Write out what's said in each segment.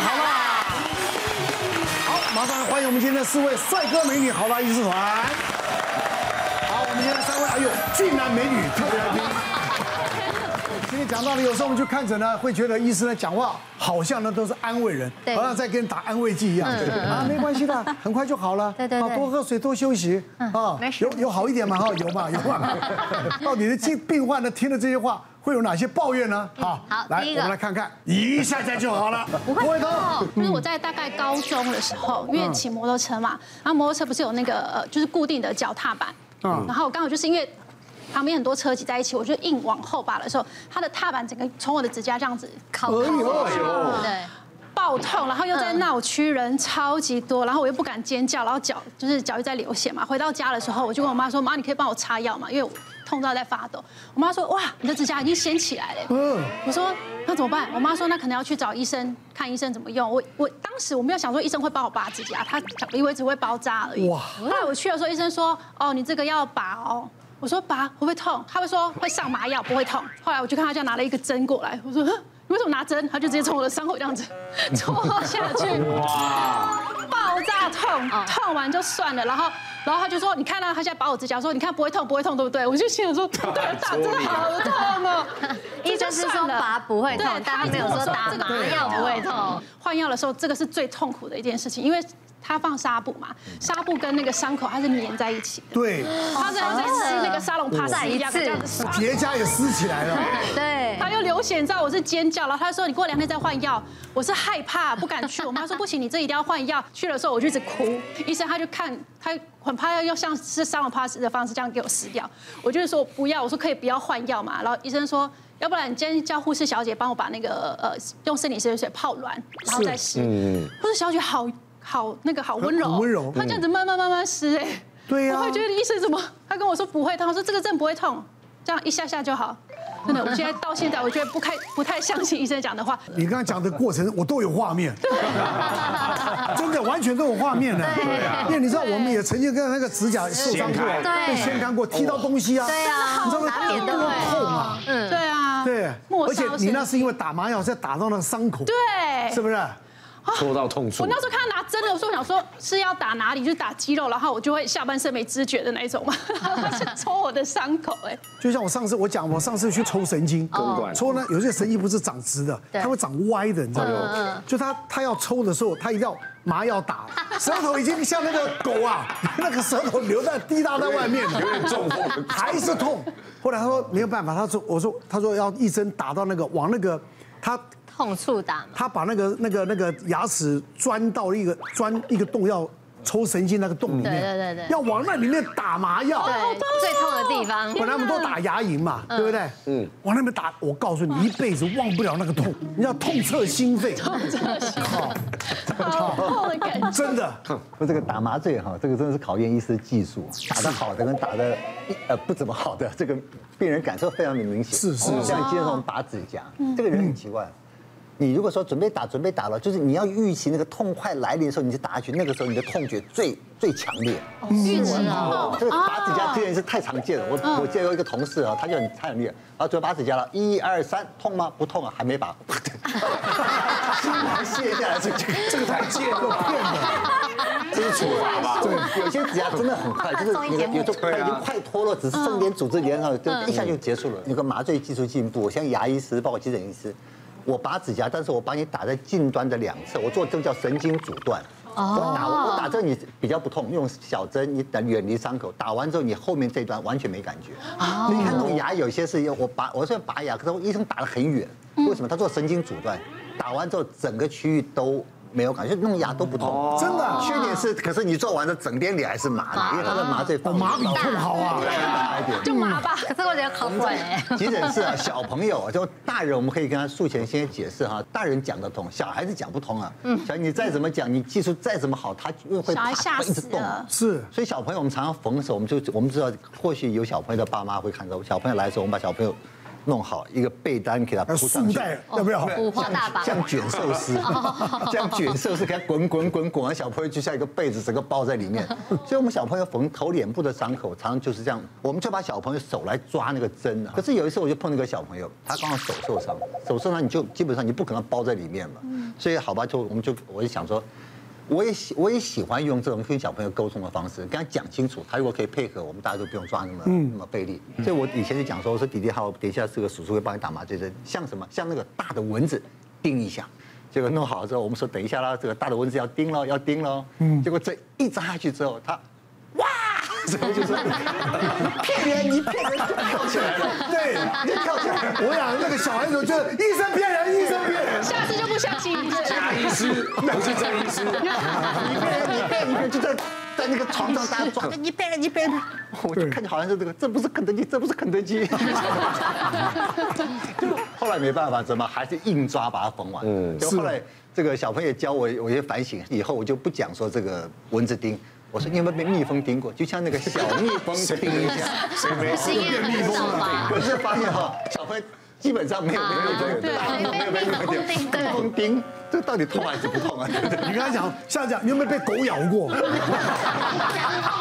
好辣！好，马上欢迎我们今天的四位帅哥美女好辣艺术团。好，我们今天三位，哎呦，俊男美女特别来宾。 今天讲到了，有时候我们去看诊呢，会觉得医生呢讲话好像呢都是安慰人，对嗯好像在给你打安慰剂一样。啊，没关系的，很快就好了。 对对啊对多喝水，多休息。啊没，事有有好一点吗？哈，有嘛有 嘛。到底的病病患呢听了这些话会有哪些抱怨呢？好，嗯好来第一我个们来看看，一下下就好了，不会痛。就是我在大概高中的时候，因为骑摩托车嘛，然后摩托车不是有那个呃，就是固定的脚踏板，嗯然后我刚好就是因为旁边很多车挤在一起，我就硬往后把的时候，它的踏板整个从我的指甲这样子烤哎呦烤哎呦对，爆痛，然后又在闹区人超级多，然后我又不敢尖叫，然后脚就是脚又在流血嘛。回到家的时候，我就跟我妈说：“妈，你可以帮我擦药嘛，因为我痛到在发抖。”我妈说：“哇，你的指甲已经掀起来了。”嗯我说：“那怎么办？”我妈说：“那可能要去找医生看医生怎么用。我”我当时我没有想说医生会帮我拔指甲，他讲以为只会包扎而已。哇哇！后来我去的时候，医生说：“哦，你这个要拔哦。”我说拔会不会痛？他会说会上麻药不会痛。后来我就看他这样拿了一个针过来，我说哼你为什么拿针？他就直接从我的伤口这样子 戳下去，爆炸痛，啊痛完就算了。然后然后他就说你看到、他现在拔我指甲，说你看不会痛不会痛对不对？我就心 里说对，打针好痛哦。医生啊是说拔不会痛对，但他没有说打麻药不会痛。换药的时候，这个是最痛苦的一件事情，因为他放纱布嘛，嗯纱布跟那个伤口它是粘在一起的，对，他这样在吃那个沙龙帕斯一样，哦再一次这样子刷结痂也撕起来了。对，他又流血，你知道我是尖叫，然后他说你过两天再换药，我是害怕不敢去，我妈说不行，你这一定要换药。去的时候我就一直哭，医生他就看他很怕要用像是三龙帕斯的方式这样给我撕掉，我就是说不要，我说可以不要换药嘛，然后医生说。要不然你今天叫护士小姐帮我把那个呃用生理食盐水泡软，然后再撕。护士小姐好好那个好温柔，很温柔她这样子慢慢慢慢撕哎。嗯对呀我会觉得医生怎么？他跟我说不会痛，他说这个针不会痛，这样一下下就好。真的，我现在到现在，我觉得不开不太相信医生讲的话。你刚刚讲的过程，我都有画面，真的完全都有画面呢。因为你知道，我们也曾经跟那个指甲受伤过，掀开被掀开过，踢到东西啊，对啊你知道吗？打扁都会痛啊，嗯，对啊，对，末而且梢你神那是因为打麻药，再打到那个伤口，对，是不是？ 戳到痛处我那。时候看他拿针的时候，我想说是要打哪里，就是打肌肉，然后我就会下半身没知觉的那一种嘛， 他是戳我的伤口， 哎，就像我上次我讲，我上次去抽神经，管抽呢，有些神经不是长直的，哦对嗯它会长歪的，你知道吗？就它它要抽的时候，它一定要麻药 打，舌头已经像那个狗啊， 那个舌头留在滴答在外面了，有点中风，还是痛。后来他说没有办法，他说我说他说要一针打到那个往那个他痛处打嘛。他把那个那个那个牙齿钻到一个钻一个洞要。抽神经那个洞里面，对对对对要往那里面打麻药，对，最哦痛的地方。本来我们都打牙龈嘛，对不对？嗯，往那边打，我告诉你，一辈子忘不了那个痛，你要痛彻心扉， 好痛哦的感觉。真的。不，这个打麻醉哈，这个真的是考验医师技术，打得好的跟打得呃不怎么好的，这个病人感受非常的明显。是是是像今天我们拔指甲，这个人很奇怪。你如果说准备打，准备打了，就是你要预期那个痛快来临的时候，你就打下去，那个时候你的痛觉最最强烈。预知哦，这个拔指甲这件事太常见了。我我见过一个同事啊，他就很他很厉害，然后准备拔指甲了，一二三，痛吗？不痛啊，还没拔。卸下来这个这个太贱了，骗的。这是处罚吧？对，有些指甲真的 很快，就是综艺你节目嗯有时候它对已啊经快脱落，只是剩点组织连上，就一下就结束了。那个麻醉技术进步，我像牙医师，包括急诊医师，我拔指甲，但是我把你打在近端的两侧，我做这个叫神经阻断。哦我打我我打这个你比较不痛，用小针你等远离伤口，打完之后你后面这一段完全没感觉。哦你看那种牙有些是要我拔，我虽然拔牙，可是我医生打得很远，嗯为什么？他做神经阻断，打完之后整个区域都没有感觉，弄牙都不哦痛。真的啊缺点是，可是你做完了整边脸还是麻的，因为它的麻醉放哦麻比大痛好啊，一点。 就麻吧。可是我觉得好软欸哎。急诊室啊，小朋友啊就大人，我们可以跟他术前先解释哈，大人讲得通，小孩子讲不通啊。嗯，小孩你再怎么讲，你技术再怎么好，他因为会小孩怕吓会一直死动。了，是所以小朋友我们常常缝的时候，我们就我们知道，或许有小朋友的爸妈会看到，小朋友来的时候，我们把小朋友弄好一个被单给它还有铺上束去，呃带，要不要？哦五花大绑。像卷寿司， 像卷寿司给它滚滚滚滚，小朋友就像一个被子整个包在里面。所以我们小朋友缝头脸部的伤口，常常就是这样，我们就把小朋友手来抓那个针啊。可是有一次我就碰到一个小朋友，他刚好手受伤，手受伤你就基本上你不可能包在里面嘛。所以好吧，就我们就我就想说。我也喜我也喜欢用这种跟小朋友沟通的方式，跟他讲清楚。他如果可以配合，我们大家就不用抓那么、那么费力。所以我以前就讲说，我说弟弟好，等一下这个叔叔会帮你打麻醉针，像什么像那个大的蚊子叮一下。结果弄好了之后，我们说等一下啦，这个大的蚊子要叮喽，要叮喽。结果这一扎下去之后，他哇，所以 就是骗人，你骗人就跳起来了，对，你就跳起来了。我想那个小孩子就医生骗人，医生骗人，下次就不相信医生。假医师不是真医师，你被人，你被人，你被人就在在那个床上大家抓，你被人，你被人， 我就看见好像是这个，这不是肯德基，这不是肯德基。 就后来没办法，怎么还是硬抓把它缝完？嗯，就后来这个小朋友教我，我也反省，以后我就不讲说这个蚊子叮。我说你有没有被蜜蜂叮过？就像那个小蜜蜂叮一下，谁没事？经验很少吧？可是发现哈，小朋友基本上没有被蜜蜂叮，大部分啊没有被蜜蜂叮，这到底痛还是不痛啊？你跟他讲，下讲，你有没有被狗咬过？痛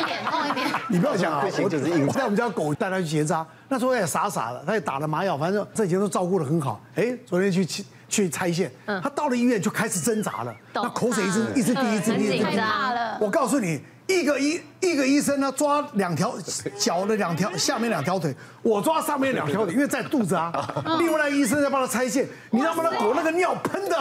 一点，痛一点。你不要讲啊，不行就是硬我带我们家狗带它去结扎，那时候也傻傻的，它也打了麻药，反正这几天都照顾的很好。哎，昨天去去去拆线，嗯它到了医院就开始挣扎了，懂那口水一直一直滴，一直滴，很一直滴紧张嗯了。我告诉你，一个医一个医生呢，抓两条脚的两条，下面两条腿，我抓上面两条腿，因为在肚子啊。另外那医生在帮他拆线，你让不让狗那个尿喷 的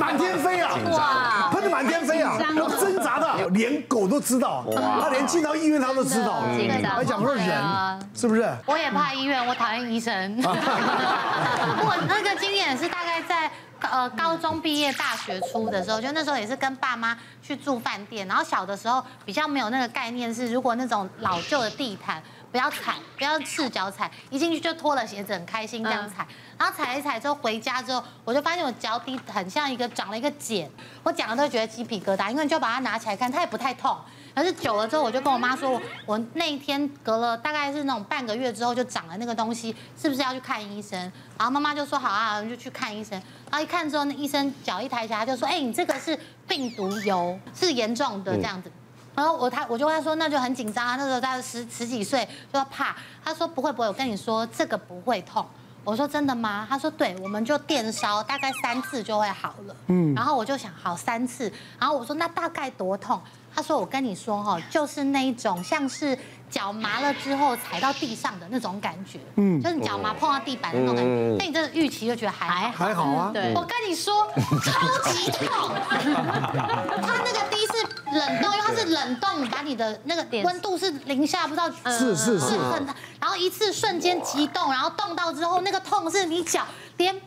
满天飞啊？哇喷的满天飞啊！然后挣扎的，连狗都知道，啊他连进到医院他都知道，真的紧张还讲说对人啊是不是？我也怕医院，我讨厌 医生。我那个经验是大概在呃高中毕业、大学初的时候，就那时候也是跟爸妈去住饭店，然后小的时候比较没有那个概念是，如果那种老旧的地毯不要踩，不要赤脚踩，一进去就脱了鞋子，很开心这样踩。然后踩一踩之后回家之后，我就发现我脚底很像一个长了一个茧，我讲的都觉得鸡皮疙瘩，因为你就把它拿起来看，它也不太痛。可是久了之后，我就跟我妈说，我我那一天隔了大概是那种半个月之后就长了那个东西，是不是要去看医生？然后妈妈就说好啊，我们就去看医生。然后一看之后，那医生脚一抬起来他就说，哎、你这个是病毒疣，是严重的这样子。然后我他我就跟他说，那就很紧张啊，那时候大概十十几岁，就怕。他说不会不会，我跟你说这个不会痛。我说真的吗？他说对，我们就电烧，大概三次就会好了。嗯，然后我就想好三次，然后我说那大概多痛？他说我跟你说哈、哦，就是那一种像是脚麻了之后踩到地上的那种感觉，嗯，就是你脚麻碰到地板的那种感觉。那你真的预期就觉得还好。还好啊，对我跟你说，超级痛！它那个滴是冷冻，因为它是冷冻，把你的那个温度是零下不知道，是是是是很，然后一次瞬间急冻，然后冻到之后，那个痛是你脚连。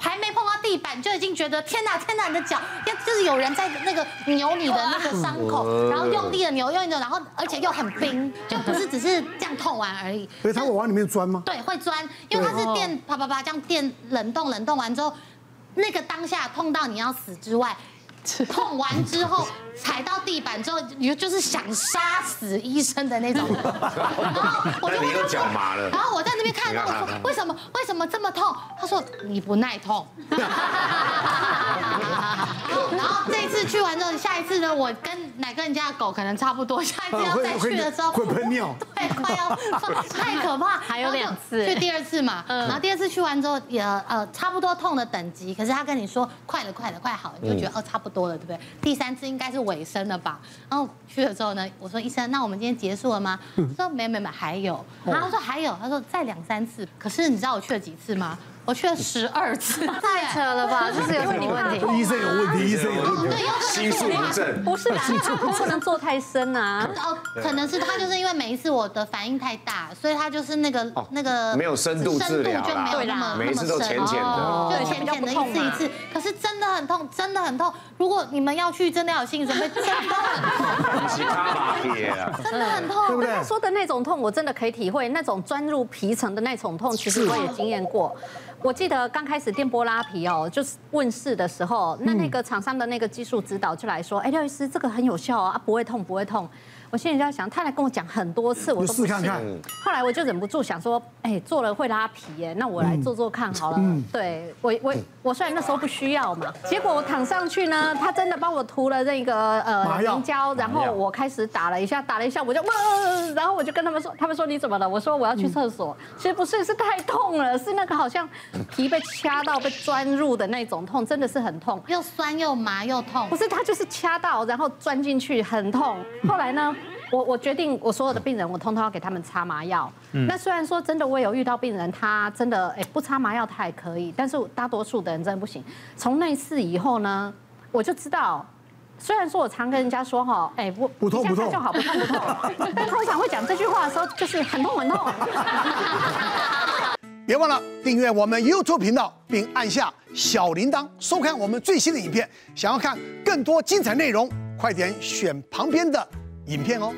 还没碰到地板就已经觉得天哪天哪，你的脚要就是有人在那个扭你的那个伤口，然后用力的扭，用力的，然后而且又很冰，就不是只是这样痛完而已。所以他会往里面钻吗？对，会钻，因为它是电啪啪啪这样电冷冻冷冻完之后，那个当下痛到你要死之外，痛完之后踩到地板之后，你就就是想杀死医生的那种。然后我就那你又问他脚麻了然后我在那边看，然后我说为什么为什么这么痛？ 他说你不耐痛。然后这一次去完之后，下一次呢，我跟哪个人家的狗可能差不多，下一次要再去的时候，啊会会喷尿对，快要放 太可怕。还有两次嗯然后就去第二次嘛，然后第二次去完之后也呃差不多痛的等级，可是他跟你说快了快了快好了，你就嗯觉得哦差不多了，对不对？第三次应该是尾声了吧？然后去了之后呢，我说医生，那我们今天结束 了吗？他说没没没，还有。哦然后他说还有，他说再两三次。可是你知道我去了几次吗？我去了十二次， 太扯了 吧？这是有什么问题？医生有问题，医生有问题。对，又是心术不正，不是啦，他不能做太深啊。哦，可能是他就是因为每一次我的反应太大，所以他就是那个哦那个没有深度治疗深啦度就没有那么每一次那都么深浅浅的，就浅浅的一次一次，可是真的很痛，真的很痛。如果你们要去，真的要有心理准备，真的很 痛，奇葩吧别啊。真的很痛。对不对他说的那种痛，我真的可以体会，那种钻入皮层的那种痛，其实我也经验过。我记得刚开始电波拉皮哦，就是问世的时嗯候，那那个厂商的那个技术指导就来说，哎，廖医师这个很有效哦，啊，不会痛，不会痛。我心里就在想，他来跟我讲很多次，我就都试不信看看。后来我就忍不住想说，哎，做了会拉皮耶，那我来做做看好了。嗯对我我我虽然那时候不需要嘛，结果我躺上去呢，他真的帮我涂了那个麻呃药凝胶，然后我开始打了一下，打了一下，我就，呃然后我就跟他们说，他们说你怎么了？我说我要去厕所。嗯其实不是，是太痛了，是那个好像皮被掐到、被钻入的那种痛，真的是很痛。又酸又麻又痛不，是，他就是掐到，然后钻进去，很痛。嗯后来呢，我我决定，我所有的病人，我通通要给他们擦麻药。嗯那虽然说真的，我有遇到病人，他真的哎不擦麻药他也可以，但是大多数的人真的不行。从那次以后呢，我就知道。虽然说我常跟人家说哈，哎、我不痛你这样不痛看就好，不痛不 痛。但通常会讲这句话的时候，就是很痛很痛。别忘了订阅我们 YouTube 频道，并按下小铃铛，收看我们最新的影片。想要看更多精彩内容，快点选旁边的影片哦。